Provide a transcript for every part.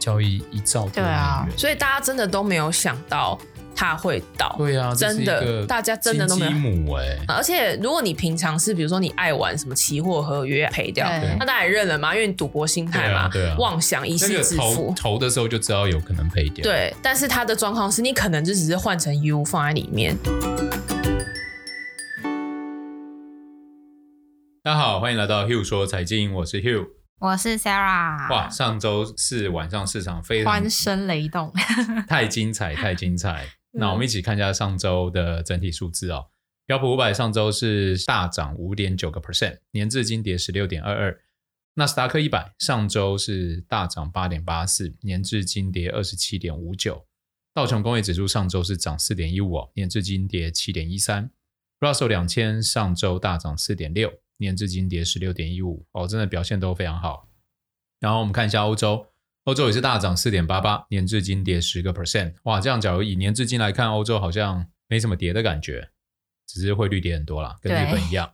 效益一兆多对美啊元。所以大家真的都没有想到它会倒。对啊，这是真一的个大家真的都没有嗯金鸡母哎、而且如果你平常是比如说你爱玩什么期货合约赔掉，对那当然认了嘛，因为你赌博心态嘛，对啊对啊妄想一那世个致投富。投的时候就知道有可能赔掉。，对，但是它的状况是你可能就只是换成 U 放在里面。大家好，欢迎来到 Hugh 说财经，我是 Hugh。我是 Sarah，哇，上周四晚上市场非常欢声雷 动，太精彩，太精 彩。那我们一起看一下上周的整体数字哦。标普五百上周是大涨五点九个 percent，年至今跌十六点二二。纳斯达克一百上周是大涨八点八四，年至今跌二十七点五九。道琼工业指数上周是涨四点一五，年至今跌七点一三。Russell 两千上周大涨四点六，年至今跌十六点一五，哦，真的表现都非常好。然后我们看一下欧洲，欧洲也是大涨四点八八，年至今跌十个 percent。哇，这样假如以年至今来看，欧洲好像没什么跌的感觉，只是汇率跌很多啦，跟日本一样。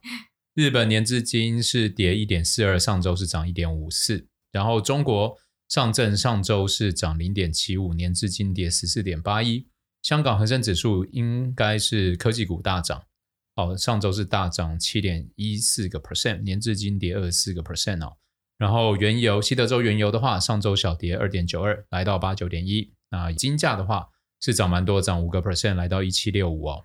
日本年至今是跌一点四二，上周是涨一点五四。然后中国上证上周是涨零点七五，年至今跌十四点八一。香港恒生指数应该是科技股大涨，哦，上周是大涨七点一四个 percent，年至今跌二十四个 percent 哦。然后原油，西德州原油的话，上周小跌二点九二，来到八九点一。那金价的话是涨蛮多，涨五个 percent，来到一七六五哦，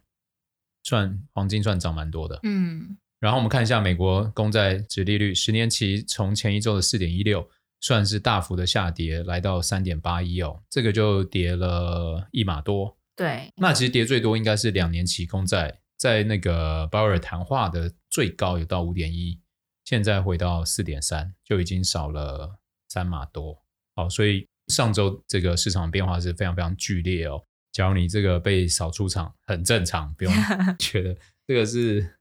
算黄金算涨蛮多的。嗯，然后我们看一下美国公债殖利率，十年期从前一周的四点一六，算是大幅的下跌，来到三点八一哦，这个就跌了一码多。对，那其实跌最多应该是两年期公债，在那个鲍尔谈话的最高有到五点一，现在回到四点三，就已经少了三码多。好，所以上周这个市场变化是非常非常剧烈哦。假如你这个被扫出场，很正常， 不用觉得这个是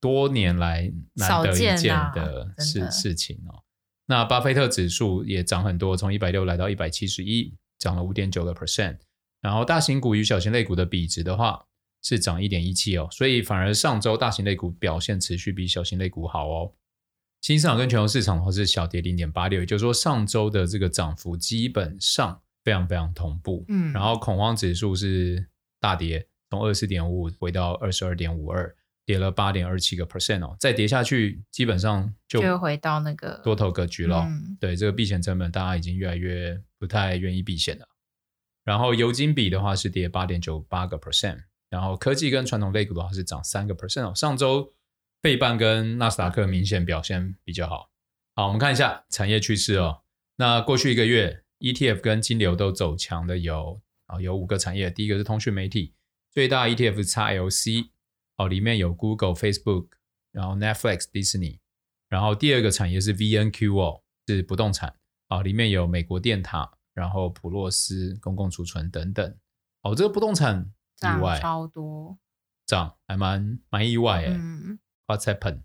多年来难得一见少见啊的真事的事情哦。那巴菲特指数也涨很多，从一百六来到一百七十一，涨了五点九个 percent。然后大型股与小型类股的比值的话是涨一点一七哦，所以反而上周大型类股表现持续比小型类股好哦。新市场跟全球市场的话是小跌零点八六，也就是说上周的这个涨幅基本上非常非常同步。嗯，然后恐慌指数是大跌，从二十四点五五回到二十二点五二，跌了八点二七个 percent 哦，再跌下去基本上就就回到那个多头格局了。嗯对，这个避险成本大家已经越来越不太愿意避险了。然后油金比的话是跌八点九八个 percent，然后科技跟传统类股的话是涨三个 percent 哦。上周费半跟纳斯达克明显表现比较好。好，我们看一下产业趋势哦。那过去一个月，ETF 跟金流都走强的有啊、有五个产业，第一个是通讯媒体，最大 ETF 是 XLC 哦，里面有 Google、Facebook，然后 Netflix、Disney，然后第二个产业是 VNQ 哦，是不动产啊、里面有美国电塔，然后普洛斯、公共储存等等。哦，这个不动产涨意外超多，涨，还蛮蛮意外哎、嗯， What's happened？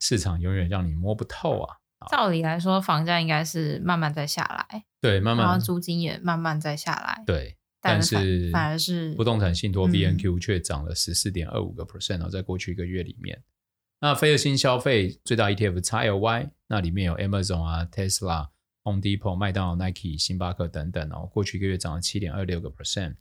市场永远让你摸不透啊。照理来说，房价应该是慢慢在下来，对，慢然后慢租金也慢慢在下来，对，但但是反是反而是不动产信托嗯 VNQ 却涨了十四点二五个 percent 哦，在过去一个月里面。那非核心消费最大 E ETF XLY，那里面有 Amazon 啊、Tesla、Home Depot、麦当劳、Nike、星巴克等等哦，过去一个月涨了七点二六个 percent。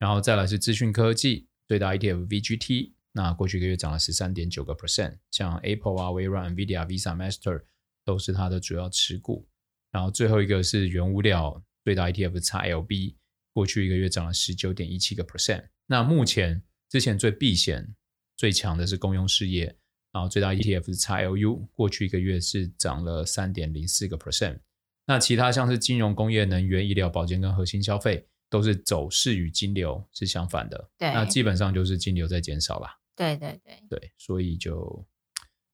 然后再来是资讯科技最大 E ETF VGT，那过去一个月涨了十三点九个 percent，像 Apple 啊、微软、NVIDIA、Visa、Master 都是它的主要持股。然后最后一个是原物料最大 E ETF XLB，过去一个月涨了十九点一七个 percent。那目前之前最避险最强的是公用事业，然后最大 ETF 是 XLU，过去一个月是涨了三点零四个 percent。那其他像是金融、工业、能源、医疗保健跟核心消费，都是走势与金流是相反的。对那基本上就是金流在减少啦。对对对，对，所以就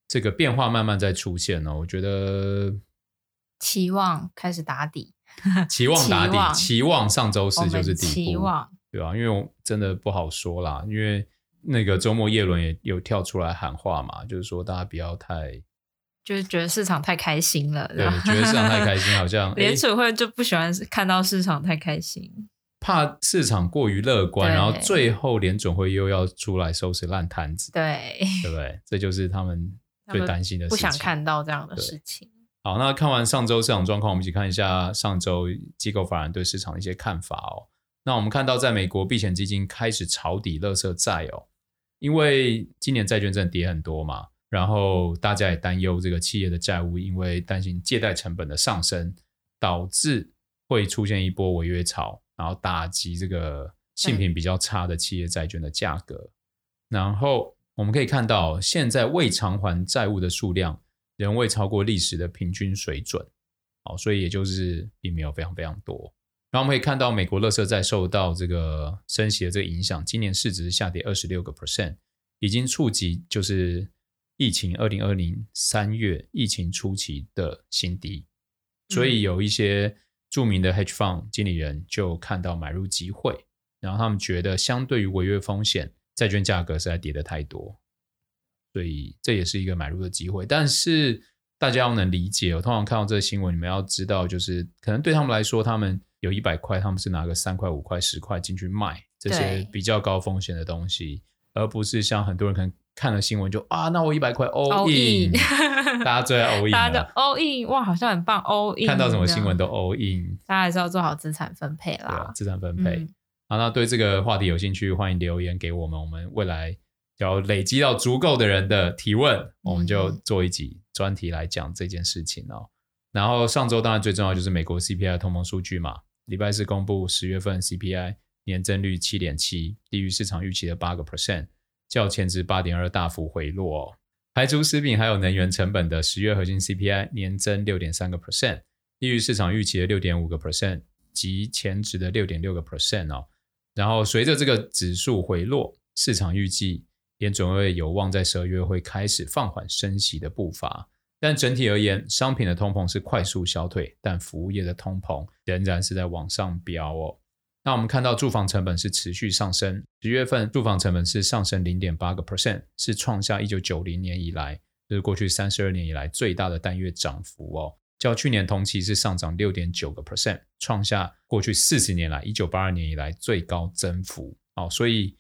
这个变化慢慢在出现哦。我觉得期望开始打底，期望打期望底，期望上周我四就们是底部，期望，对吧、因为我真的不好说啦，因为那个周末叶伦也有跳出来喊话嘛，就是说大家不要太就是觉得市场太开心了， 对然后，觉得市场太开心，哎好 像联诶储会就不喜欢看到市场太开心，怕市场过于乐观，对然后最后联准会又要出来收拾烂摊子，对，对不对？这就是他们他们最担心的事不情。想看到这样的对事情，好，那看完上周市场状况，我们一起看一下上周机构法人对市场的一些看法哦。那我们看到，在美国避险基金开始抄底垃圾债哦，因为今年债券证跌很多嘛，然后大家也担忧这个企业的债务，因为担心借贷成本的上升，导致会出现一波违约潮，然后打击这个性品比较差的企业债券的价格。然后我们可以看到，现在未偿还债务的数量。仍未超过历史的平均水准，好，所以也就是并没有非常非常多。然后我们可以看到，美国乐色债受到这个升息的这个影响，今年市值下跌二十六个 percent，已经触及就是疫情二零二零三月疫情初期的新低。所以有一些著名的 hedge fund 经理人就看到买入机会，然后他们觉得相对于违约风险，债券价格实在跌得太多，所以这也是一个买入的机会。但是大家要能理解、哦，我通常看到这个新闻，你们要知道，就是可能对他们来说，他们有一百块，他们是拿个三块、五块、十块进去卖这些对比较高风险的东西，而不是像很多人可能看了新闻就啊，那我一百块 all all in， in， 大家最爱 all in，大家了就 all in，哇，好像很棒 all in。看到什么新闻，都 all in，大家还是要做好资产分配对啊啦，。资产分配。嗯啊，那对这个话题有兴趣，欢迎留言给我们。我们未来要累积到足够的人的提问，我们就做一集专题来讲这件事情哦。然后上周当然最重要就是美国 CPI 通膨数据嘛，礼拜四公布十月份 CPI 年增率七点七，低于市场预期的八个 percent，较前值八点二大幅回落哦。排除食品还有能源成本的十月核心 CPI 年增六点三个 percent，低于市场预期的六点五个 percent 及前值的六点六个 percent 哦。然后随着这个指数回落，市场预计联准会有望在十二月会开始放缓升息的步伐。但整体而言，商品的通膨是快速消退，但服务业的通膨仍然是在往上飙哦。那我们看到住房成本是持续上升，十月份住房成本是上升零点八个 percent，是创下一九九零年以来，就是过去三十二年以来最大的单月涨幅哦。较去年同期是上涨六点九个 percent，创下过去四十年来一九八二年以来最高增幅。哦，所以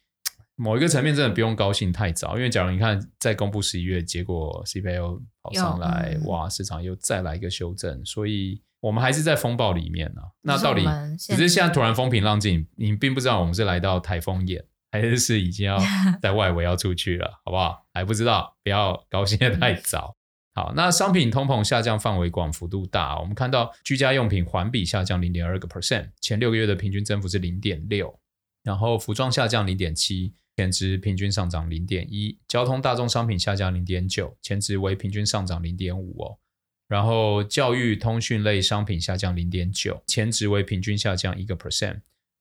某一个层面真的不用高兴太早，因为假如你看再公布十一月，结果 CPI 又跑上来又，嗯哇，市场又再来一个修正，所以我们还是在风暴里面啊。那到底就是我们只现是现在突然风平浪静，你并不知道我们是来到台风眼，还是是已经 要在外围要出去了，好不好？还不知道，不要高兴得太早。好，那商品通膨下降范围广幅度大，我们看到居家用品环比下降零点二个 percent，前六个月的平均增幅是零点六，然后服装下降零点七，前值平均上涨零点一，交通大众商品下降零点九，前值为平均上涨零点五哦。然后教育通讯类商品下降零点九，前值为平均下降一个 percent。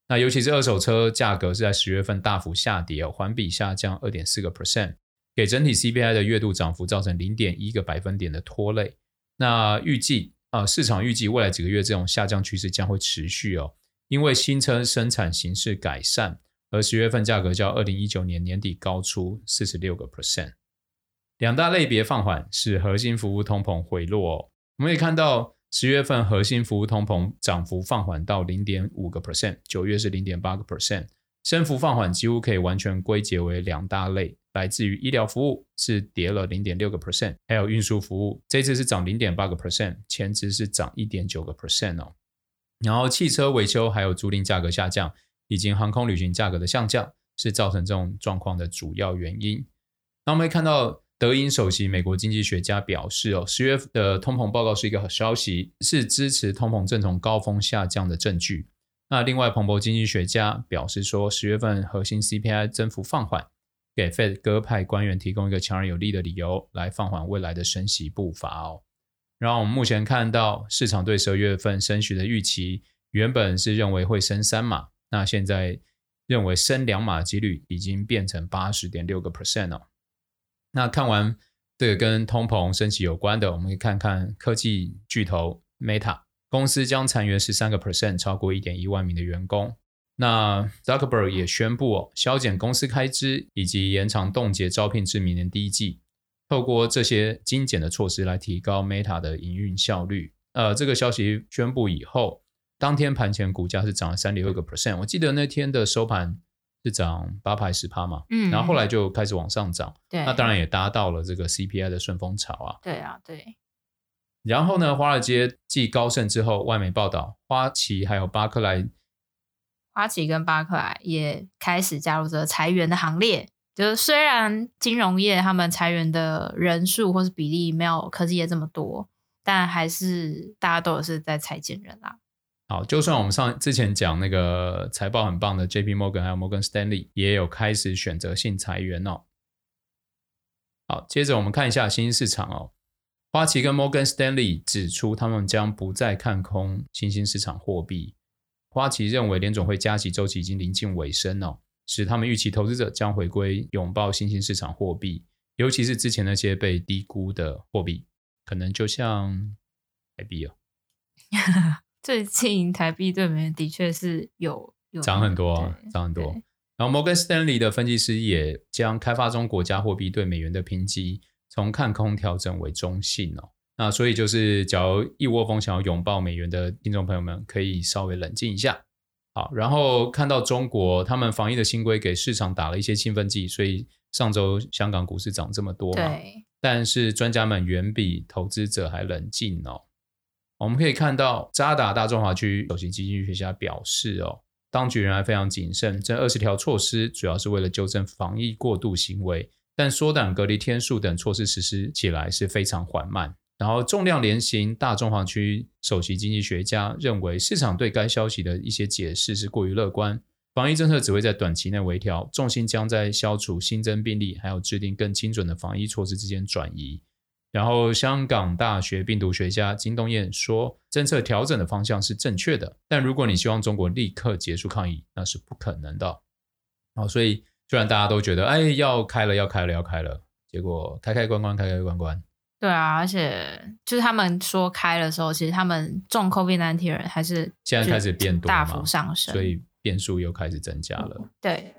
那尤其是二手车价格是在十月份大幅下跌哦，环比下降二点四个 percent，给整体 CPI 的月度涨幅造成零点一个百分点的拖累。那预计啊、呃市场预计未来几个月这种下降趋势将会持续哦，因为新车生产形势改善，而十月份价格较二零一九年年底高出四十六个 percent。两大类别放缓，使核心服务通膨回落、哦。我们可以看到，十月份核心服务通膨涨幅放缓到零点五个 percent，九月是零点八个 percent，升幅放缓几乎可以完全归结为两大类，来自于医疗服务是跌了零点六个 percent，还有运输服务这次是涨零点八个 percent，前值是涨一点九个 percent 哦。然后汽车维修还有租赁价格下降，以及航空旅行价格的下降，是造成这种状况的主要原因。那我们会看到，德银首席美国经济学家表示，哦，十月的通膨报告是一个好消息，是支持通膨正从高峰下降的证据。那另外，彭博经济学家表示说，十月份核心 CPI 增幅放缓，给 Fed 鸽派官员提供一个强而有力的理由来放缓未来的升息步伐哦。然后我们目前看到市场对十二月份升息的预期，原本是认为会升三码，那现在认为升两码的几率已经变成八十点六个 percent 哦。那看完这个跟通膨升息有关的，我们可以看看科技巨头 Meta 公司将裁员十三个 percent，超过一点一万名的员工。那 Zuckerberg 也宣布哦，削减公司开支以及延长冻结招聘至明年第一季，透过这些精简的措施来提高 Meta 的营运效率。呃，这个消息宣布以后，当天盘前股价是涨了三点六个 percent，我记得那天的收盘是涨八排十趴嘛，嗯然后后来就开始往上涨。对，那当然也搭到了这个 CPI 的顺风潮啊。对啊，对，然后呢，华尔街继高盛之后，外媒报道，花旗还有巴克莱花旗跟巴克莱也开始加入这个裁员的行列。就是虽然金融业他们裁员的人数或是比例没有科技业这么多，但还是大家都有是在裁减人啦。好，就算我们上之前讲那个财报很棒的 J P Morgan 还有摩根 Stanley 也有开始选择性裁员哦。好，接着我们看一下新兴市场哦。花旗跟摩根 Stanley 指出，他们将不再看空新兴市场货币。花旗认为联总会加息周期已经临近尾声哦，使他们预期投资者将回归拥抱新兴市场货币，尤其是之前那些被低估的货币，可能就像台币哦，最近台币对美元的确是有有涨很多啊对，涨很多对。然后摩根 Stanley 的分析师也将开发中国家货币对美元的评级从看空调整为中性哦。那所以就是，假如一窝蜂想要拥抱美元的听众朋友们，可以稍微冷静一下。好，然后看到中国他们防疫的新规给市场打了一些兴奋剂，所以上周香港股市涨这么多嘛。对，但是专家们远比投资者还冷静哦。我们可以看到，渣打大中华区首席经济学家表示哦，当局仍然非常谨慎，这二十条措施主要是为了纠正防疫过度行为，但缩短隔离天数等措施实施起来是非常缓慢。然后重量联行大中华区首席经济学家认为，市场对该消息的一些解释是过于乐观，防疫政策只会在短期内微调，重心将在消除新增病例，还有制定更精准的防疫措施之间转移。然后，香港大学病毒学家金东彦说，政策调整的方向是正确的，但如果你希望中国立刻结束抗疫，那是不可能的。然后，所以虽然大家都觉得，哎，要开了，要开了，要开了，结果开开关关，开开关关，对啊，而且就是他们说开的时候，其实他们中 COVID 1 9人还是现在开始变多大了嘛幅上升，所以变数又开始增加嗯了。对。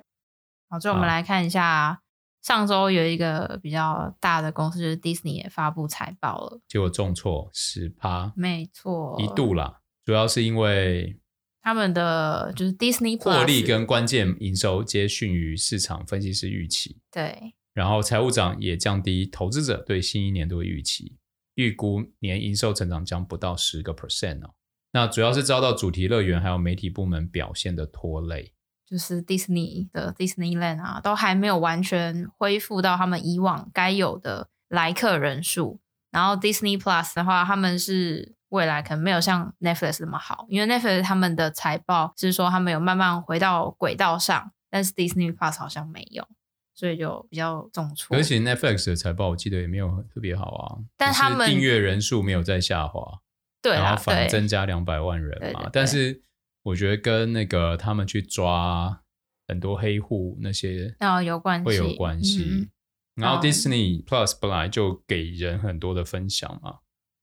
好，这我好们来看一下，上周有一个比较大的公司，就是 Disney 也发布财报了，结果重挫十趴，没错，一度啦，主要是因为他们的就是 Disney 获利 Plus 跟关键营收皆逊于市场分析师预期，对然后财务长也降低投资者对新一年度的预期，预估年营收成长将不到十个 percent 哦。那主要是遭到主题乐园还有媒体部门表现的拖累。就是 Disney 的 Disneyland 啊，都还没有完全恢复到他们以往该有的来客人数。然后 Disney Plus 的话，他们是未来可能没有像 Netflix 那么好，因为 Netflix 他们的财报是说他们有慢慢回到轨道上，但是 Disney Plus 好像没有，所以就比较重挫。而且 Netflix 的财报我记得也没有特别好啊，哦但只他是们订阅人数没有在下滑，对然啦，后反对增加两百万人嘛。对对对但是我觉得跟那个他们去抓很多黑户那些哦有关系会有关系。嗯然后哦 Disney Plus 本来就给人很多的分享嘛，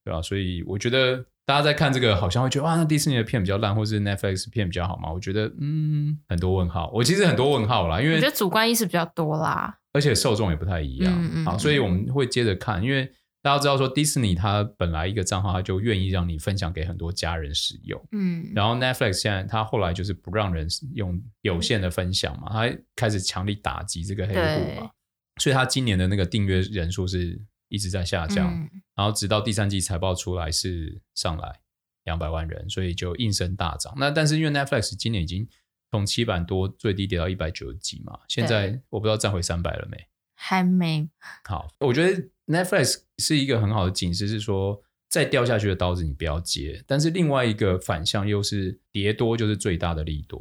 对吧、所以我觉得大家在看这个，好像会觉得哇，那 Disney 的片比较烂，或是 Netflix 片比较好嘛？我觉得嗯，很多问号。我其实很多问号啦，因我为觉得主观意识比较多啦。而且受众也不太一样。嗯嗯好，嗯所以我们会接着看，因为大家知道说 Disney 它本来一个账号，它就愿意让你分享给很多家人使用。嗯，然后 Netflix 现在它后来就是不让人用有限的分享嘛，它开始强力打击这个黑户嘛对，所以它今年的那个订阅人数是一直在下降，嗯然后直到第三季财报出来是上来两百万人，所以就应声大涨。那但是因为 Netflix 今年已经从七百多最低跌到一百九十几嘛，现在我不知道站回三百了没。还没好，我觉得 Netflix 是一个很好的警示，是说再掉下去的刀子你不要接。但是另外一个反向又是跌多就是最大的利多，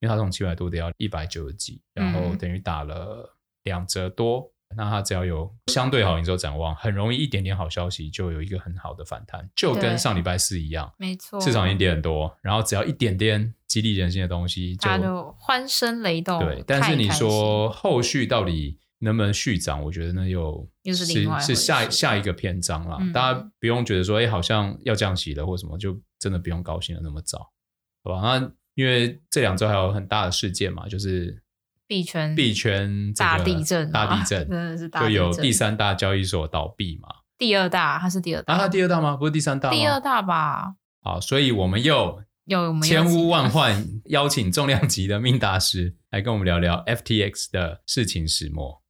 因为它从七百多跌到一百九十几，然后嗯等于打了两折多。那它只要有相对好营收展望，很容易一点点好消息就有一个很好的反弹，就跟对哦上礼拜四一样，没错，市场已经跌很多，然后只要一点点激励人心的东西大家就欢声雷动。对，但太是你开说后续到底能不能续涨，我觉得那又又是是另外一回是下事下一个篇章啦。嗯大家不用觉得说，哎、好像要降息了或什么，就真的不用高兴的那么早，好吧？那因为这两周还有很大的事件嘛，就是币圈币圈这个大地震嘛，大地震 真的是大就地震有第三大交易所倒闭嘛？第二大，它是第二大，啊，它第二大吗？不是第三大吗？第二大吧？好，所以我们又有我们有千几呼万唤邀请重量级的命大师来跟我们聊聊 FTX 的事情始末。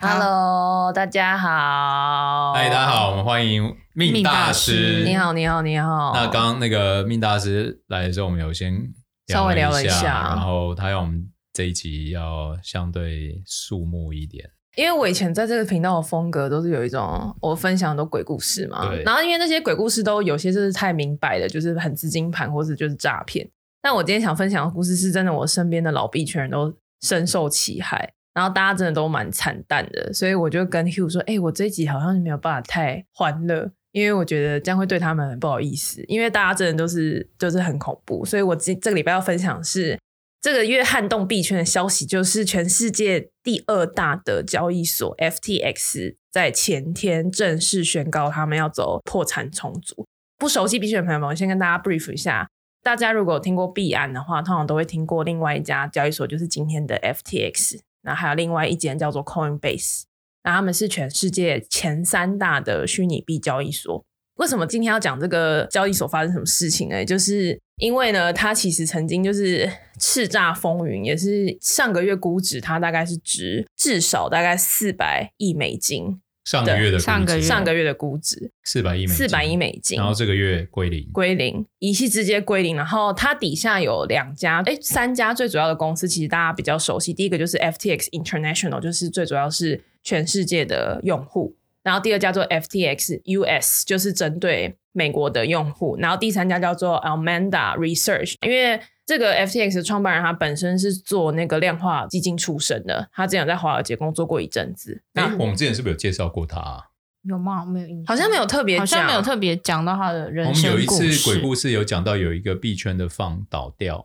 Hello，大家好。啊嗨，大家哦好，我们欢迎命命大大师。师你好，你好，你好。那刚刚那个命大师来的时候，我们有先稍微聊了一一下然后他要我们这一集要相对肃穆一点。因为我以前在这个频道的风格都是有一种我分享的都鬼故事嘛对，然后因为那些鬼故事都有些就是太明白的，就是很资金盘或是就是诈骗。但我今天想分享的故事是真的，我身边的老币圈人都深受其害，然后大家真的都蛮惨淡的，所以我就跟 Hugh 说：“哎、我这一集好像没有办法太欢乐，因为我觉得这样会对他们很不好意思，因为大家真的都是就是很恐怖。”所以我这这个礼拜要分享的是这个月撼动币圈的消息，就是全世界第二大的交易所 FTX 在前天正式宣告他们要走破产重组。不熟悉币圈的朋友们，我先跟大家 brief 一下。大家如果有听过币安的话，通常都会听过另外一家交易所，就是今天的 FTX，然后还有另外一间叫做 Coinbase，那他们是全世界前三大的虚拟币交易所。为什么今天要讲这个交易所发生什么事情呢？就是因为呢，它其实曾经就是叱咤风云，也是上个月估值它大概是值至少大概四百亿美金，上个月的上个月上个月的估值四百亿美金，四百亿美金，然后这个月归零。归零，一系直接归零。然后它底下有两家，哎，三家最主要的公司，其实大家比较熟悉。第一个就是 FTX International，就是最主要是全世界的用户。然后第二家叫做 FTX US，就是针对美国的用户。然后第三家叫做 Almanda Research，因为这个 FTX 的创办人他本身是做那个量化基金出身的，他之前有在华尔街工作过一阵子。哎、那我们之前是不是有介绍过他啊、有吗？我没有印象，好像没有特别讲，好像没有特别讲到他的我人们生有一故次事，鬼故事有讲到有一个币圈的放倒掉，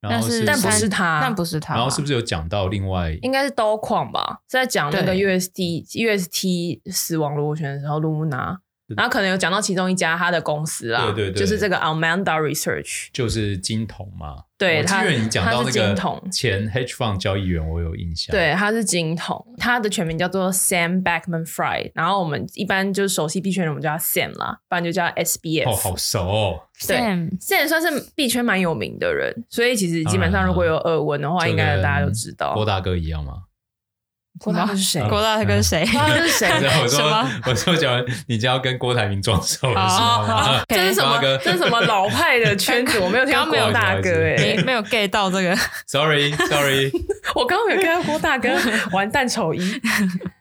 然但后是但不是他但不是他吧，然后是不是有讲到另外应该是刀矿吧，是在讲那个对 UST UST 死亡螺旋的时候，露露娜，是然后可能有讲到其中一家他的公司啦，对对对就是这个 Almanda Research，就是金童嘛？对我记他得你讲到他那是金个童前 hedge fund 交易员，我有印象。对，他是金童，他的全名叫做 Sam Backman Fry，然后我们一般就是熟悉币圈人，我们叫他 Sam 啦，不然就叫他 SBF。哦，好熟哦，对 Sam 现在算是币圈蛮有名的人，所以其实基本上如果有耳闻的话，就应该跟大家都知道。啊郭大啊哥一样 吗？郭大是谁？郭大 跟谁？郭大是谁？对，我什说么我说讲你就要跟郭台铭装熟了是哦好好吗 好？这是什郭大么哥？这是什么老派的 圈子？我没有听刚过刚没有郭大哥哎、没 没有 get 到这个， ？Sorry，Sorry，我刚刚有看到郭大哥完蛋丑一，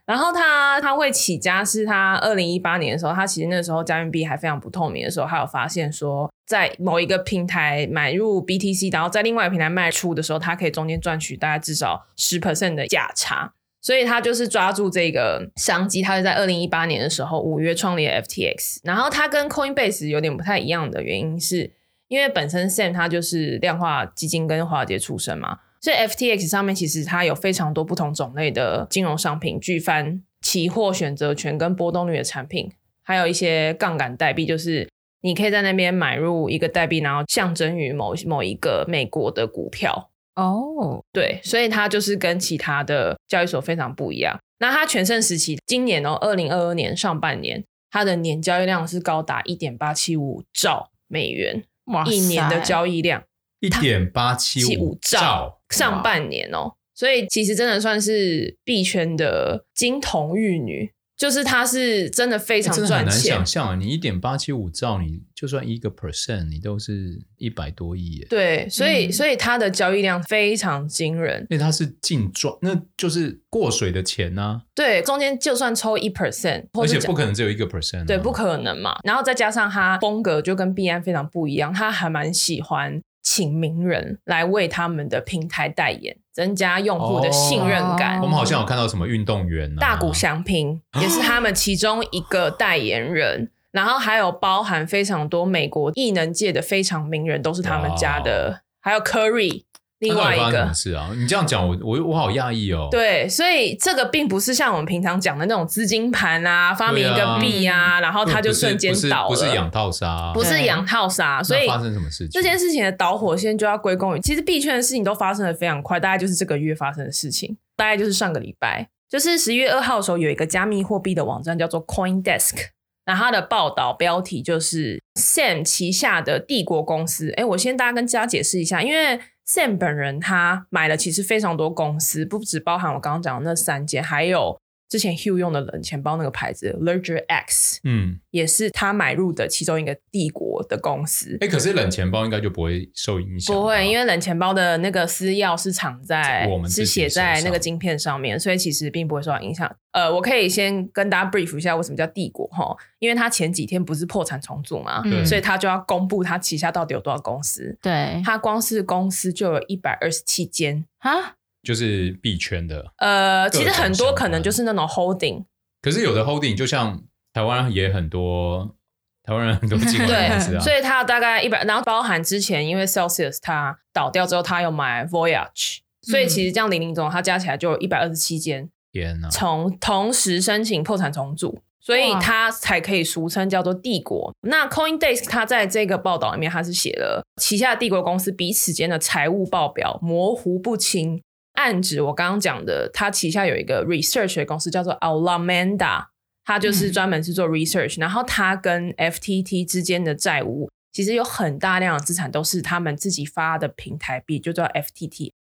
然后他他会起家是他二零一八年的时候，他其实那时候加密币还非常不透明的时候，他有发现说，在某一个平台买入 BTC，然后在另外一个平台卖出的时候，他可以中间赚取大概至少十 percent 的价差。所以他就是抓住这个商机，他就在二零一八年的时候五月创立了 FTX。然后他跟 Coinbase 有点不太一样的原因是，因为本身 Sam 他就是量化基金跟华尔街出身嘛，所以 FTX 上面其实它有非常多不同种类的金融商品，巨翻期货、选择权跟波动率的产品，还有一些杠杆代币，就是你可以在那边买入一个代币，然后象征于某某一个美国的股票。哦，对，所以它就是跟其他的交易所非常不一样。那它全盛时期，今年哦，二零二二年上半年，它的年交易量是高达一点八七五兆美元，哇塞，一年的交易量。一点八七五五兆，上半年哦、所以其实真的算是币圈的金童玉女，就是她是真的非欸常真的很赚难钱。想象啊！你一点八七五兆，你就算一个 percent，你都是一百多亿耶。对，所以、嗯所以她的交易量非常惊人。因为它是净赚，那就是过水的钱呐、对，中间就算抽一 percent，或而者且不可能只有一个 percent，、啊对，不。可能嘛。然后再加上他风格就跟币安非常不一样，他还蛮喜欢请名人来为他们的平台代言，增加用户的信任感。哦我们好像有看到什么运动员、啊、大谷翔平啊也是他们其中一个代言人，然后还有包含非常多美国艺能界的非常名人都是他们家的，还有 Curry 另那到外一底发生什个么。事啊？你这样讲，我我我好讶异哦。，对，所以这个并不是像我们平常讲的那种资金盘啊，发明一对啊个币啊，然后它就瞬间倒了，不是不是养套杀啊，不对是养套杀，所以那发生什么事情？这件事情的导火线就要归功于，其实币圈的事情都发生的非常快，大概就是这个月发生的事情，大概就是上个礼拜，就是十一月二号的时候，有一个加密货币的网站叫做 CoinDesk，那它的报道标题就是 Sam 旗下的帝国公司。哎，我先大家跟大家解释一下，因为 Sam 本人他买了其实非常多公司，不只包含我刚刚讲的那三间，还有之前 Hugh 用的冷钱包那个牌子 Ledger X，嗯，也是他买入的其中一个帝国的公司。哎、可是冷钱包应该就不会受影响吧，不会，因为冷钱包的那个私钥是藏在我们自己是写在那手个上晶片上面，所以其实并不会受到影响。呃，我可以先跟大家 brief 一下为什么叫帝国哈，因为他前几天不是破产重组嘛，对嗯所以他就要公布他旗下到底有多少公司。对他光是公司就有一百二十七间，啊，就是币圈的。呃，各种其实很多相关可能就是那种 holding，可是有的 holding 就像台湾也很多，台湾人很多境 外公司啊，所以他大概一百，然后包含之前因为 Celsius 它倒掉之后，他有买 Voyage，所以其实这样零零总总它加起来就有一百二十七间，天哪，从同时申请破产重组，所以哇它才可以俗称叫做帝国。那 Coindesk 它在这个报道里面，它是写了旗下帝国公司彼此间的财务报表模糊不清，暗指我刚刚讲的，它旗下有一个 research 的公司叫做 Alameda，它就是专门是做 research，、然后它跟 FTT 之间的债务。其实有很大量的资产都是他们自己发的平台币，就叫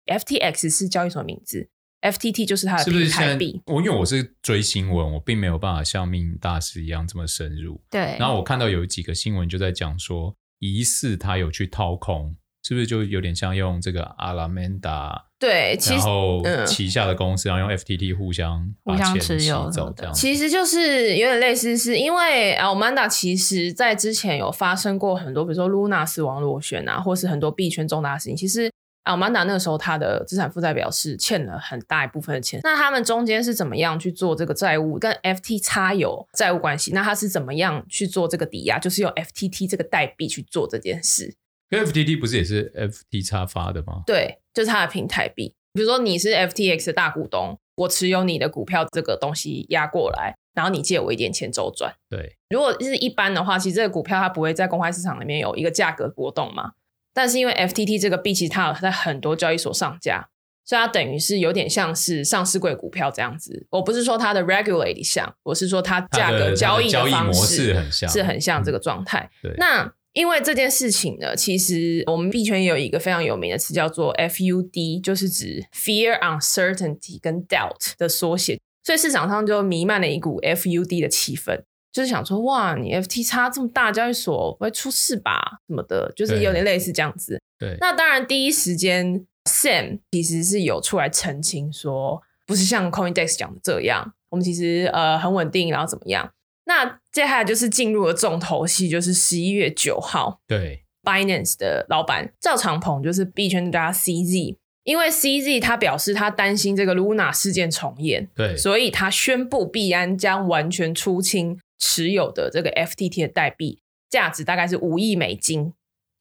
FTT，FTX 是交易所名字，FTT 就是它的是不是平现台在币。我因为我是追新闻，我并没有办法像命大师一样这么深入。对，然后我看到有几个新闻就在讲说，疑似他有去掏空，是不是就有点像用这个阿拉曼达，对，其然实后嗯旗下的公司，然后用 FTT 互相把互相钱持有洗什么走的这样子。其实就是有点类似，是因为 Almanda 其实在之前有发生过很多，比如说 Luna 死亡螺旋啊，或是很多币圈重大的事情。其实 Almanda 那个时候他的资产负债表是欠了很大一部分的钱，那他们中间是怎么样去做这个债务跟 FTX 有债务关系？那他是怎么样去做这个抵押？就是用 FTT 这个代币去做这件事。因为 FTT 不是也是 FT 叉发的吗？对，就是它的平台币。比如说你是 FTX 的大股东，我持有你的股票这个东西压过来，然后你借我一点钱周转。对，如果是一般的话，其实这个股票它不会在公开市场里面有一个价格波动嘛。但是因为 FTT 这个币其实它有在很多交易所上架，所以它等于是有点像是上市贵股票这样子。我不是说它的 regulate 像，我是说它价它的它格的交易交的易方模式式很像，嗯是很像这个。个状态。对那因为这件事情呢，其实我们币圈也有一个非常有名的词叫做 FUD，就是指 Fear、Uncertainty 跟 Doubt 的缩写，所以市场上就弥漫了一股 FUD 的气氛。就是想说，哇，你 FT 差这么大交易所不会出事吧？什么的，就是有点类似这样子。对，那当然，第一时间 Sam 其实是有出来澄清说，不是像 CoinDex 讲的这样，我们其实呃很稳定，然后怎么样？那接下来就是进入了重头戏，就是十一月九号对， ，Binance 的老板赵长鹏，就是币圈大家 CZ，因为 CZ 他表示他担心这个 Luna 事件重演，对，所以他宣布币安将完全出清持有的这个 FTT 的代币，价值大概是五亿美金。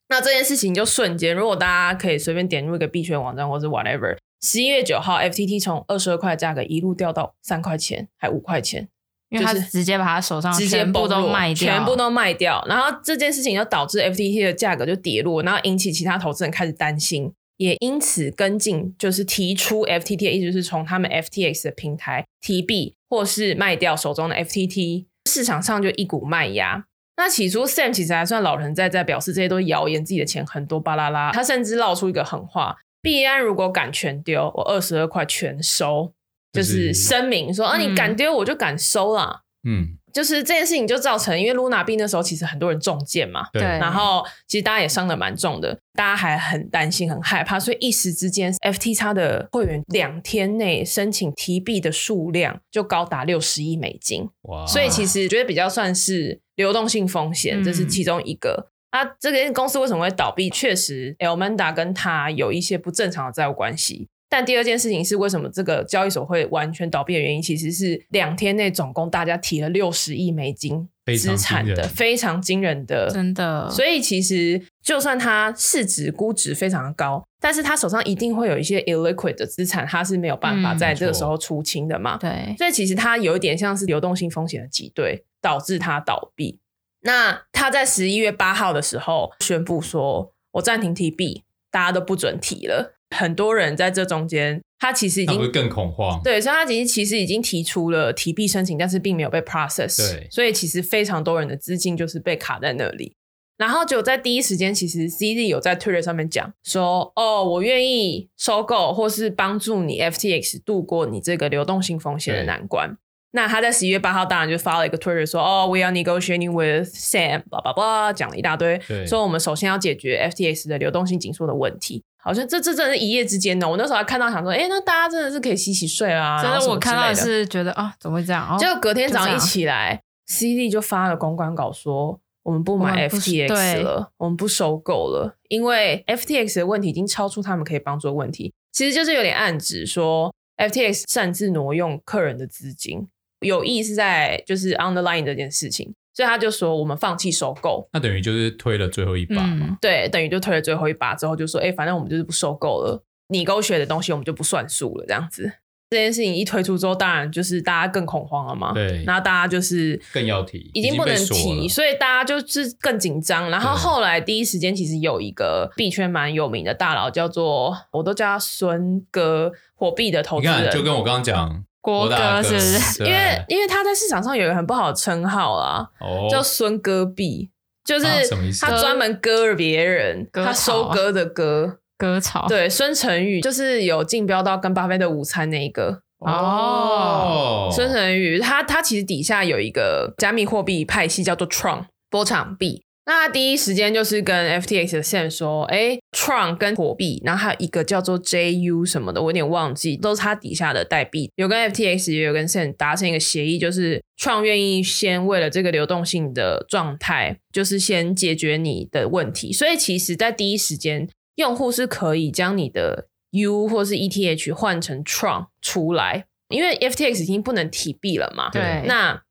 那这件事情就瞬间，如果大家可以随便点入一个币圈网站或是 whatever，十一月九号 FTT 从二十二块的价格一路掉到三块钱，还五块钱，因为他就是直接把他手上直接全部崩都落卖掉，全部都卖掉。然后这件事情就导致 FTT 的价格就跌落，然后引起其他投资人开始担心，也因此跟进，就是提出 FTT 的意思就是从他们 FTX 的平台提币，或是卖掉手中的 FTT，市场上就一股卖压。那起初 Sam 其实还算老人在在，表示这些都是谣言，自己的钱很多巴拉拉。他甚至闹出一个狠话：币安如果敢全丢，我二十二块全收，就就是是声明说，啊，你敢丢我就敢收啦。嗯，就是这件事情就造成，因为 Luna 币那时候其实很多人中箭嘛，对，对然后其实大家也伤的蛮重的，大家还很担心、很害怕，所以一时之间，FT x 的会员两天内申请提币的数量就高达六十亿美金，哇，所以其实觉得比较算是流动性风险，嗯这是其中一个。啊，这个公司为什么会倒闭？确实，Elmanda 跟他有一些不正常的债务关系。但第二件事情是，为什么这个交易所会完全倒闭的原因，其实是两天内总共大家提了六十亿美金非常资产惊的人非常惊人的真的，所以其实就算它市值估值非常高，但是它手上一定会有一些 illiquid 的资产，它是没有办法嗯在没错这个时候出清的嘛。对，所以其实它有一点像是流动性风险的挤兑，导致它倒闭。那它在十一月八号的时候宣布说，我暂停提币，大家都不准提了。很多人在这中间，他其实已那不经是更恐慌？对，所以他其实其实已经提出了提币申请，但是并没有被 process。对所以其实非常多人的资金就是被卡在那里。然后就在第一时间，其实 CD 有在 Twitter 上面讲说：“哦，我愿意收购或是帮助你 FTX 度过你这个流动性风险的对难关。”那他在十一月八号当然就发了一个 Twitter 说，哦，We are negotiating with Sam，叭叭叭，讲了一大堆对，说我们首先要解决 FTX 的流动性紧缩的问题。好像这这真的是一夜之间的，我那时候还看到想说，哎、那大家真的是可以洗洗睡啦。真然的后啊什么我看到的之类的是觉得啊，怎么会这样？哦就隔天早就这上一样起来，CD 就发了公关稿说，我们不我买们不 FTX 对了，我们不收购了，因为 FTX 的问题已经超出他们可以帮助的问题，其实就是有点暗指说 FTX 擅自挪用客人的资金，有意是在就是 underline 这件事情，所以他就说我们放弃收购。那等于就是推了最后一把嘛。嗯，对，等于就推了最后一把之后，就说，哎、反正我们就是不收购了，你勾选的东西我们就不算数了，这样子。这件事情一推出之后，当然就是大家更恐慌了嘛。对然后大家就是更要提已已经不被能锁提，了所以大家就是更紧张。然后对后来第一时间其实有一个币圈蛮有名的大佬，叫做我都叫他孙哥，火币的投你资人看，，就跟我刚刚嗯讲国大歌是不是？对因为因为他在市场上有一个很不好的称号啊，哦，叫孙哥币，就是啊什么意思他专门割别人，割他收草啊割的割。 割草，对，孙成宇就是有竞标到跟巴菲特午餐那一个。哦，孙成宇他他其实底下有一个加密货币派系叫做 Tron 波场币。那他第一时间就是跟 FTX 的 Sam 说，哎，Tron 跟火币，然后还有一个叫做 JU 什么的，我有点忘记，都是他底下的代币。有跟 FTX 也有跟 Sam 达成一个协议，就是 Tron 愿意先为了这个流动性的状态，就是先解决你的问题。所以其实，在第一时间，用户是可以将你的 U 或是 ETH 换成 Tron 出来，因为 FTX 已经不能提币了嘛。对，那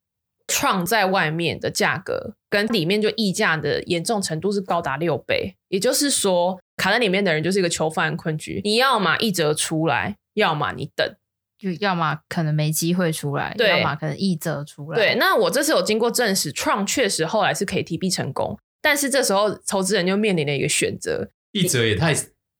Tron 在外面的价格跟里面就溢价的严重程度是高达六倍，也就是说，卡在里面的人就是一个囚犯困局，你要么一折出来，要么你等。就要么可能没机会出来，对要么可能一折出来，对，，那我这次有经过证实，Tron 确实后来是可以提币成功，但是这时候投资人就面临了一个选择，一折也太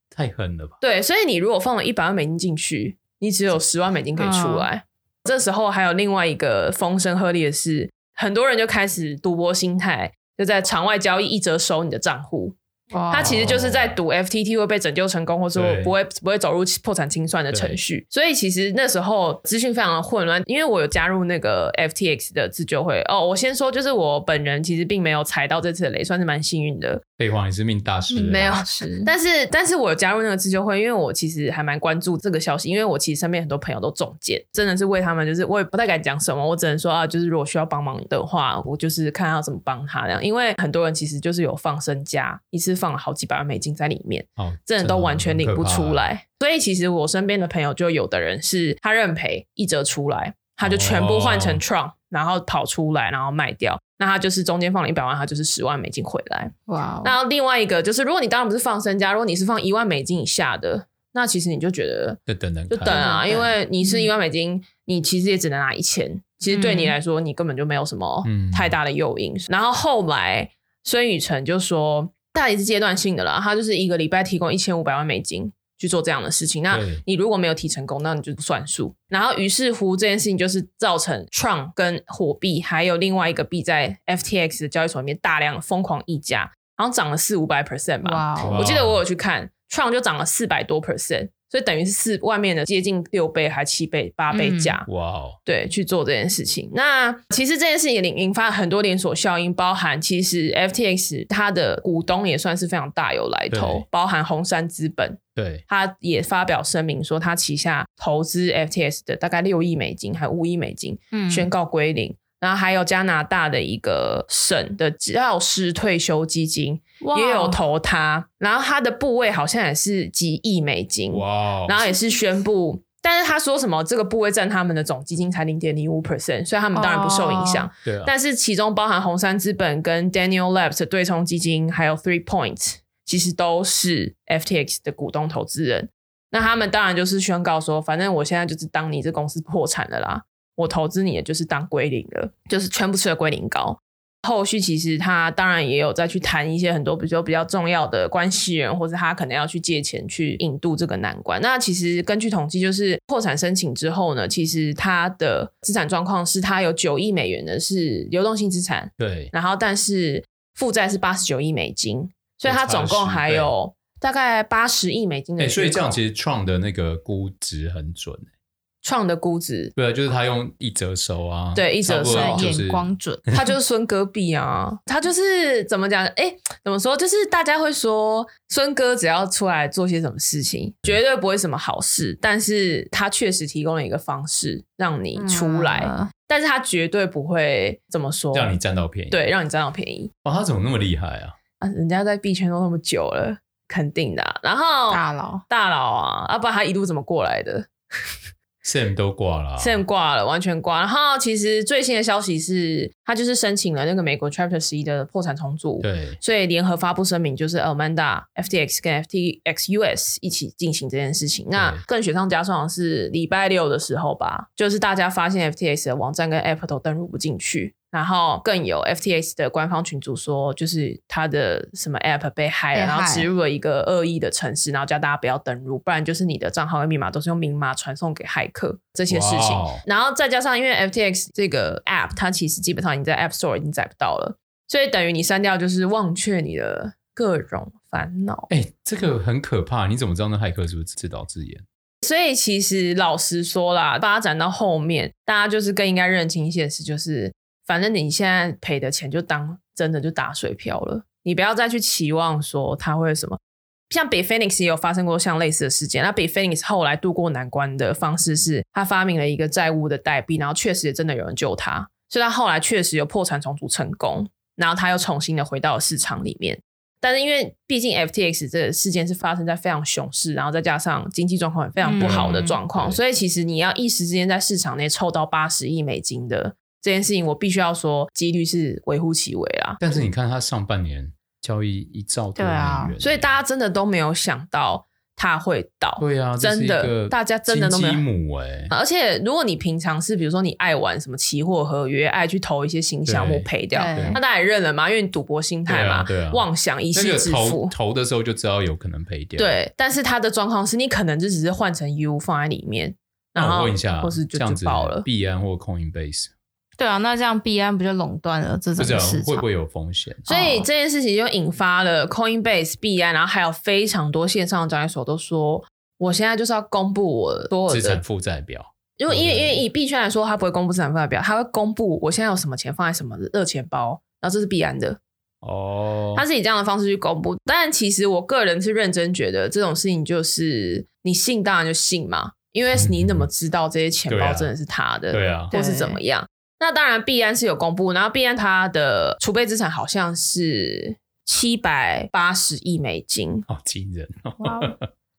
太狠了吧？对，所以你如果放了一百万美金进去，你只有十万美金可以出来。这时候还有另外一个风声鹤唳的是，很多人就开始赌博心态，就在场外交易一折收你的账户。哇，哦他其实就是在赌 FTT 会被拯救成功，或者说对不会不会走入破产清算的程序。所以其实那时候资讯非常的混乱，因为我有加入那个 FTX 的自救会。哦，我先说，就是我本人其实并没有踩到这次的雷，算是蛮幸运的。废话，你是啊命大师，嗯没有是，但是，但是我有加入那个自救会，因为我其实还蛮关注这个消息，因为我其实身边很多朋友都中箭，真的是为他们，就是我也不太敢讲什么，我只能说啊，就是如果需要帮忙的话，我就是看要怎么帮他这样，因为很多人其实就是有放身家，一次放了好几百万美金在里面，哦，真的都完全领不出很可怕啊。来，所以其实我身边的朋友就有的人是他认赔一折出来，他就全部换成哦 Tron，、然后跑出来，然后卖掉，那他就是中间放了一百万，他就是十万美金回来。哇哦，那另外一个就是，如果你当然不是放身家，如果你是放一万美金以下的，那其实你就觉得就等等就看，等啊，嗯因为你是嗯一万美金，你其实也只能拿一千，其实对你来说，你根本就没有什么嗯太大的诱因。然后后来孙宇晨就说，但也是阶段性的啦，他就是一个礼拜提供一千五百万美金。去做这样的事情，那对你如果没有提成功，那你就不算数。然后，于是乎这件事情就是造成 Tron 跟火币还有另外一个币在 FTX 的交易所里面大量疯狂溢价，然后涨了四五百 percent 吧。哇哇哦，我记得我有去看创就涨了四百多 percent，所以等于是四外面的接近六倍还七倍八倍嗯价。哇哦，对，去做这件事情。那其实这件事也引引发很多连锁效应，包含其实 FTX 它的股东也算是非常大有来头对，包含红杉资本，对，他也发表声明说，他旗下投资 FTX 的大概六亿美金还五亿美金，嗯宣告归零。然后还有加拿大的一个省的教师退休基金，哇哦也有投他，然后他的部位好像也是几亿美金，哇哦，然后也是宣布，但是他说什么这个部位占他们的总基金才零点零五 percent，所以他们当然不受影响。哦对啊，但是其中包含红杉资本跟 Daniel Labs 的对冲基金，还有 Three Points，其实都是 FTX 的股东投资人。那他们当然就是宣告说，反正我现在就是当你这公司破产了啦，我投资你的就是当归零了，就是全部吃了归零膏。后续其实他当然也有再去谈一些很多，比如说比较重要的关系人，或者他可能要去借钱去引渡这个难关。那其实根据统计，就是破产申请之后呢，其实他的资产状况是他有九亿美元的是流动性资产，对，然后但是负债是八十九亿美金，所以他总共还有差了有大概八十亿美金的哎，缺口。所以这样其实创的那个估值很准，欸创的估值，对啊，就是他用一折手啊，对一折手差不多就眼是光准， 他就是孙哥币啊，他就是怎么讲？哎、怎么说？就是大家会说孙哥只要出来做些什么事情，绝对不会什么好事，但是他确实提供了一个方式让你出来，哦嗯但是他绝对不会怎么说，让你占到便宜。，对让你占到便宜哇，他怎么那么厉害啊？啊！人家在币圈都那么久了，肯定的啊、然后大佬，大佬啊，要、不然他一路怎么过来的？ Sam 都挂了啊、现在挂了，完全挂。然后其实最新的消息是，他就是申请了那个美国 Chapter 十一的破产重组。对，所以联合发布声明，就是呃 Amanda、FTX 跟 FTX US 一起进行这件事情。那更雪上加霜的是，礼拜六的时候吧，就是大家发现 FTX 的网站跟 App 都登录不进去，然后更有 FTX 的官方群组说，就是他的什么 App 被害了，被害然后植入了一个恶意的程式，然后叫大家不要登录，不然就是你的账号跟密码都是用明码传送给骇客这些事情。哇哦然后再加上，因为 FTX 这个 App，它其实基本上你在 App Store 已经载不到了，所以等于你删掉就是忘却你的各种烦恼。哎、这个很可怕，你怎么知道那骇客是不是自导自演？所以其实老实说啦，发展到后面，大家就是更应该认清现实，就是反正你现在赔的钱就当真的就打水漂了，你不要再去期望说它会有什么。像北 Phoenix 也有发生过像类似的事件，那北 Phoenix 后来渡过难关的方式是，他发明了一个债务的代币，然后确实也真的有人救他，所以他后来确实有破产重组成功，然后他又重新的回到了市场里面。但是因为毕竟 FTX 这个事件是发生在非常熊市，然后再加上经济状况也非常不好的状况，嗯对所以其实你要一时之间在市场内凑到八十亿美金的这件事情，我必须要说几率是微乎其微啦。但是你看他上半年交易一兆多对美啊元，所以大家真的都没有想到它会倒。对啊，这是真一的个大家真的都没有啊金鸡母哎、而且，如果你平常是比如说你爱玩什么期货合约，爱去投一些新项目对赔掉，对那当然认了嘛，因为你赌博心态嘛，对啊对啊妄想一那夕个致投富。投的时候就知道有可能赔掉。，对，但是它的状况是你可能就只是换成 U 放在里面，然那后啊我问一下，或是就这样子就爆了。币安或 Coinbase 对啊，那这样币安不就垄断了这不整知道个市场？会不会有风险？所以这件事情就引发了 Coinbase、币安，然后还有非常多线上的交易所都说，我现在就是要公布我所资有的产负债表，因为因为对因为以币圈来说，它不会公布资产负债表，它会公布我现在有什么钱放在什么热钱包，然后这是必然的，哦，它是以这样的方式去公布。但其实我个人是认真觉得这种事情就是你信当然就信嘛，因为你怎么知道这些钱对啊包真的是他的，对啊，或是怎么样？那当然币安是有公布，然后币安它的储备资产好像是七百八十亿美金，好惊人哦，哇哦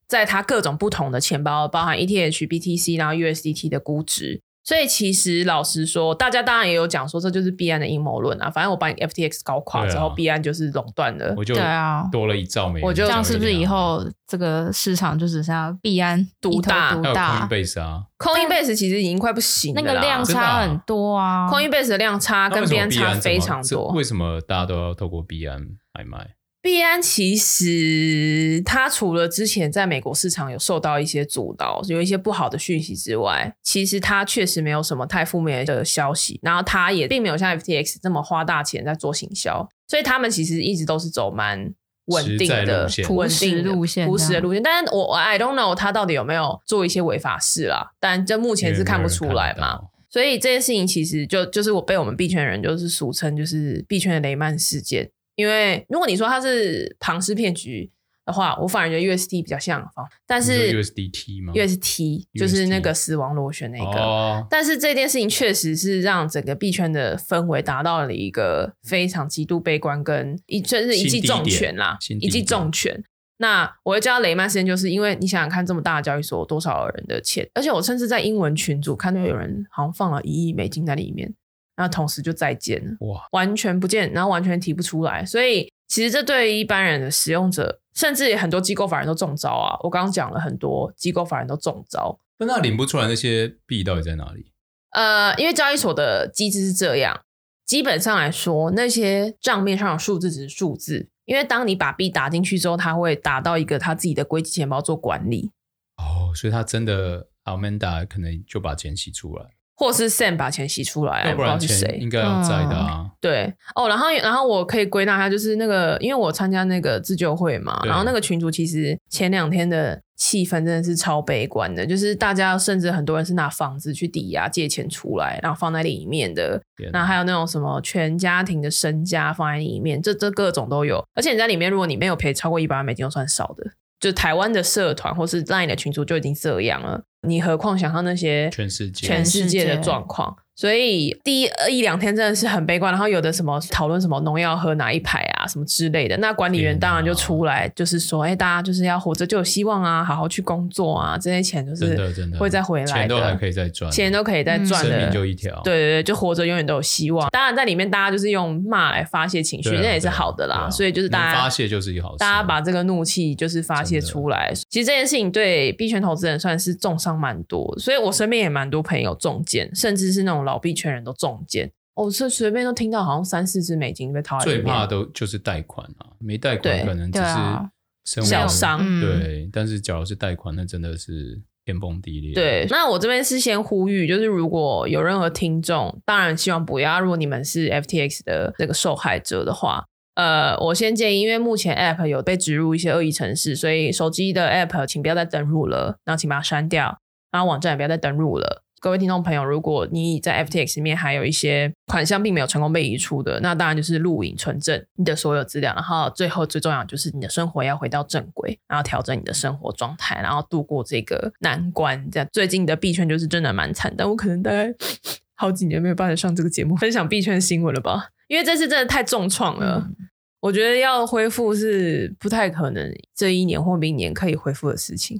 在它各种不同的钱包，包含 E ETH、BTC，然后 USDT 的估值。所以其实老实说，大家当然也有讲说，这就是币安的阴谋论啊。反正我把你 FTX 搞垮对啊之后，币、安就是垄断了。我就对啊，多了一兆美元，我就这样是啊不是以后这个市场就只剩下币安独大一头还独有大？ Coinbase 啊？ Coinbase 其实已经快不行了那个啦，量真的啊差很多啊， Coinbase 的量差那跟为什币么安币怎差么非常这多为。什么大家都要透过币安来卖？币安其实它除了之前在美国市场有受到一些阻挠，有一些不好的讯息之外，其实它确实没有什么太负面的消息。然后它也并没有像 FTX 这么花大钱在做行销，所以他们其实一直都是走蛮稳定实在的路线、朴稳实定的路线朴实这的样路线。但是我我 I don't know 它到底有没有做一些违法事啦，但这目前是看不出来因为没有人嘛看。得到，所以这件事情其实就就是我被我们币圈人就是俗称就是币圈的雷曼事件，因为如果你说它是庞氏骗局的话，我反而觉得 UST 比较像方，但你是说 USDT 吗 UST 就是那个死亡螺旋那个。哦，但是这件事情确实是让整个币圈的氛围达到了一个非常极度悲观，跟一就是一记重拳啦，新低一点记重拳。那我会叫雷曼事件，就是因为你想想看，这么大的交易所有多少人的钱，而且我甚至在英文群组看到有人好像放了一亿美金在里面，然后同时就再见了，哇，完全不见，然后完全提不出来。所以其实这对于一般人的使用者，甚至很多机构法人都中招啊。我刚刚讲了很多机构法人都中招，那那领不出来那些币到底在哪里？呃，因为交易所的机制是这样，基本上来说，那些账面上的数字只是数字，因为当你把币打进去之后，它会打到一个他自己的归集钱包做管理。哦，所以他真的 Amanda 可能就把钱洗出来，或是 Sam 把钱洗出来啊，要我不知道然是钱谁应。该要在的啊。对哦，然后然后我可以归纳一下，就是那个，因为我参加那个自救会嘛，对然后那个群主其实前两天的气氛真的是超悲观的，就是大家甚至很多人是拿房子去抵押借钱出来，然后放在里面的，天哪然后嗯还有那种什么全家庭的身家放在里面，这这各种都有。而且你在里面，如果你没有赔超过一百万美金，就算少的。就台湾的社团或是 LINE 的群组就已经这样了，你何况想象那些全世界全世界全的世界状况？所以第一一两天真的是很悲观，然后有的什么讨论什么农药喝哪一排啊什么之类的，那管理天员哪当然就出来就是说，哎、大家就是要活着就有希望啊，好好去工作啊，这些钱就真的是真的会再回来的，钱都还可以再赚，钱都可以再嗯赚生的，命就一条，对对对，就活着永远都有希望。当然，在里面大家就是用骂来发泄情绪，对啊，那也是对啊好的啦。对啊所以就是大能家发泄就是一个好事，啊大家把这个怒气就是发泄出来。其实这件事情对币圈投资人算是重伤蛮多，所以我身边也蛮多朋友中箭，甚至是那种老币圈人都中箭。我、是随便都听到好像三四只美金被掏在最里面怕，都就是贷款啊，没贷款对可能只对啊是生小活伤嗯对，但是假如是贷款，那真的是天崩地裂。对，，那我这边是先呼吁，就是如果有任何听众，当然希望不要。如果你们是 FTX 的这个受害者的话，呃，我先建议，因为目前 App 有被植入一些恶意程式，所以手机的 App 请不要再登录了，然后请把它删掉，然后网站也不要再登录了。各位听众朋友，如果你在 FTX 里面还有一些款项并没有成功被移出的，那当然就是录影存证你的所有资料，然后最后最重要就是你的生活要回到正轨，然后调整你的生活状态，然后度过这个难关。这样，最近的币圈就是真的蛮惨，但我可能大概 好几年没有办法上这个节目分享币圈新闻了吧，因为这次真的太重创了。嗯我觉得要恢复是不太可能，这一年或明年可以恢复的事情。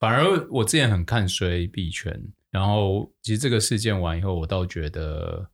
反而我之前很看衰币圈，然后其实这个事件完以后，我倒觉得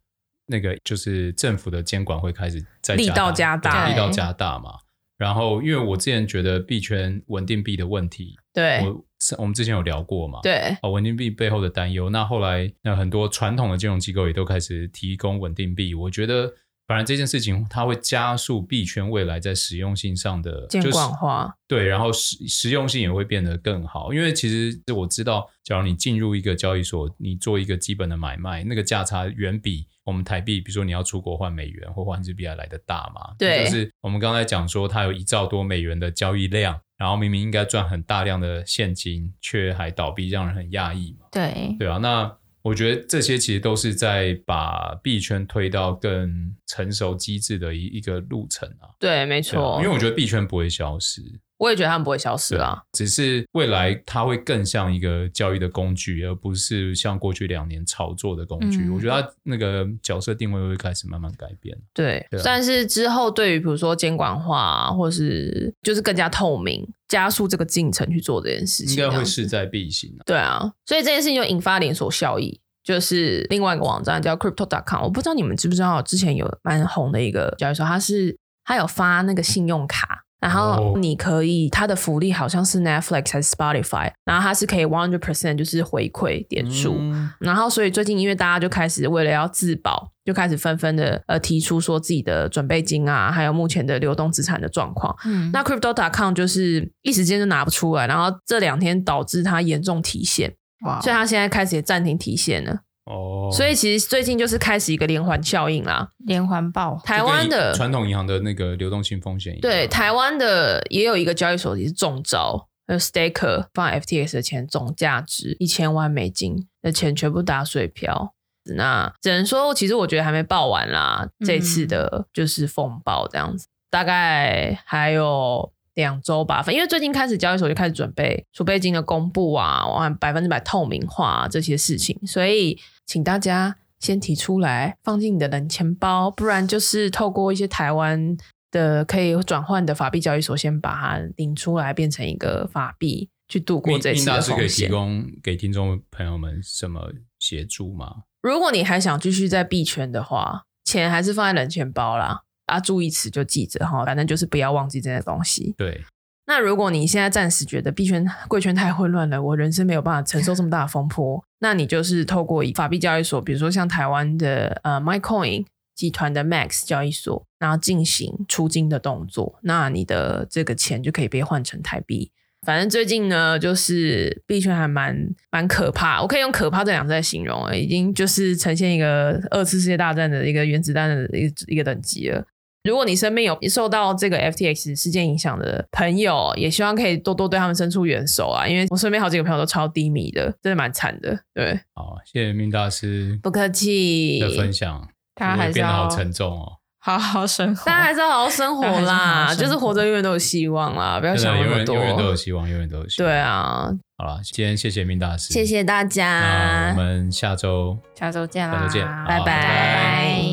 那个就是政府的监管会开始在力道加大哎力对道加大嘛。然后因为我之前觉得币圈稳定币的问题，对我我们之前有聊过嘛，对，啊，稳定币背后的担忧。那后来，那很多传统的金融机构也都开始提供稳定币。我觉得，反而这件事情它会加速币圈未来在实用性上的监就是管化对，然后实实用性也会变得更好。因为其实我知道，假如你进入一个交易所，你做一个基本的买卖，那个价差远比我们台币，比如说你要出国换美元或换日币还来的大嘛。对就是我们刚才讲说，它有一兆多美元的交易量，然后明明应该赚很大量的现金，却还倒闭，让人很讶异嘛。对，对啊，那我觉得这些其实都是在把币圈推到更成熟机制的一一个路程啊。对，没对啊错，因为我觉得币圈不会消失，我也觉得他们不会消失啊啦。啊只是未来它会更像一个教育的工具，而不是像过去两年炒作的工具。嗯我觉得它那个角色定位会开始慢慢改变。对对啊，但是之后对于比如说监管化、啊，或是就是更加透明，加速这个进程去做这件事应情，该这会样子势在必行啊！对啊，所以这件事情就引发连锁效应，就是另外一个网站叫 Crypto.com，我不知道你们知不知道，之前有蛮红的一个交易所，它是它有发那个信用卡。然后哦你可以，它的福利好像是 Netflix 还是 Spotify，然后它是可以 one hundred percent 就是回馈点数，嗯然后，所以最近因为大家就开始为了要自保，就开始纷纷的呃提出说自己的准备金啊，还有目前的流动资产的状况。嗯，那 Crypto.com 就是一时间就拿不出来，然后这两天导致它严重提现，哇所以它现在开始也暂停提现了。哦，所以其实最近就是开始一个连环效应啦。哦连环爆，台湾就的跟传统银行的那个流动性风险一样啊对台湾的也有一个交易所也是中招，那 Staker 放 FTX 的钱总价值一千万美金，那钱全部打水漂。那只能说，其实我觉得还没报完啦，嗯这次的就是风暴这样子，大概还有。两周吧，反正因为最近开始交易所就开始准备储备金的公布啊，完百分之百透明化、啊、这些事情，所以请大家先提出来，放进你的冷钱包，不然就是透过一些台湾的可以转换的法币交易所，先把它领出来变成一个法币去度过命这命次大的师可以风提险。供给听众朋友们什么协助吗？如果你还想继续在币圈的话，钱还是放在冷钱包啦。啊，注意词就记着哈，反正就是不要忘记这些东西。对，那如果你现在暂时觉得币圈、贵圈太混乱了，我人生没有办法承受这么大的风波，那你就是透过法币交易所，比如说像台湾的呃 MyCoin 集团的 Max 交易所，然后进行出金的动作，那你的这个钱就可以被换成台币，反正最近呢，就是币圈还蛮蛮可怕，我可以用“可怕”这两个字来形容了，已经就是呈现一个二次世界大战的一个原子弹的一个一个等级了。如果你身边有受到这个 FTX 事件影响的朋友，也希望可以多多对他们伸出援手啊，因为我身边好几个朋友都超低迷的，真的蛮惨的。对，好，谢谢命大师不客气的分享，大家还我是变得要好沉重哦。好好生活。大家还是要好好生活大家还是要好好啦，生活就是活着永远都有希望啦，不要真的想那永么远多。啊永远都有希望，永远都有希望。对，啊，好了，今天谢谢命大师，谢。谢大那家我，们下周下周见啦，下周见好拜拜拜。拜